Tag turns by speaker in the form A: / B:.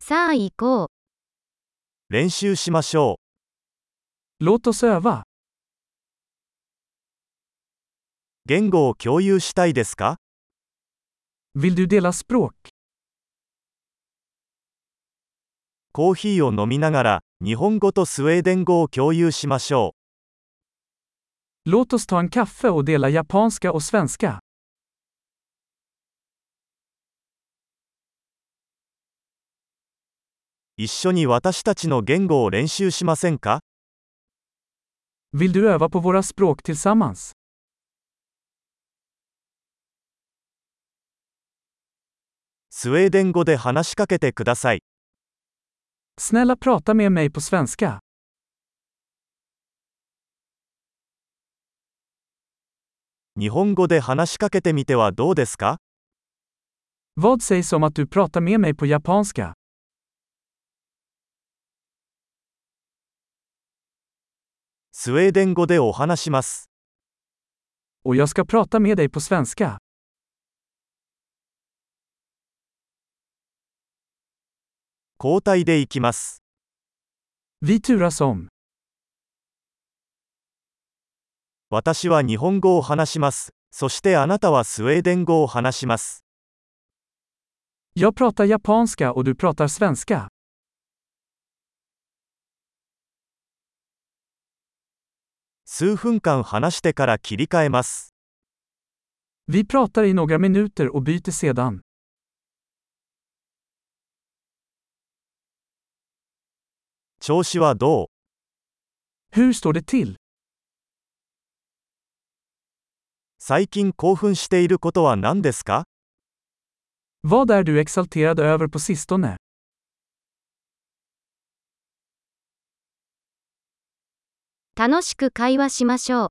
A: さあ行こう。
B: 練習しましょ
C: Låt oss öva.
B: う。言語を共有したいですか
C: Vill du dela språk?
B: コーヒーを飲みながら、日本語とスウェーデン語を共有しましょ
C: Låt oss ta en kaffe och dela japanska och svenska.
B: う。一緒に私たちの言語を練習しませんか
C: Vill du öva på våra språk tillsammans?
B: スウェーデン語で話しかけてください。
C: Snälla prata med mig på svenska.
B: 日本語で話しかけてみてはどうですか
C: Vad sägs om att du pratar med mig på japanska?
B: スウェーデン語でお話します。
C: Och jag ska prata med dig på svenska.
B: 交代でいきます。
C: Vi turas om.
B: 私は日本語を話します。そしてあなたはスウェーデン語を話します。
C: Jag pratar japanska och du pratar svenska.
B: 数分間話してから切り替えます。
C: Vi pratar i några minuter och byter sedan.
B: 調子はどう
C: Hur står det till?
B: 最近興奮していることは何ですか
C: Vad är du exalterad över på sistone?
A: 楽しく会話しましょう。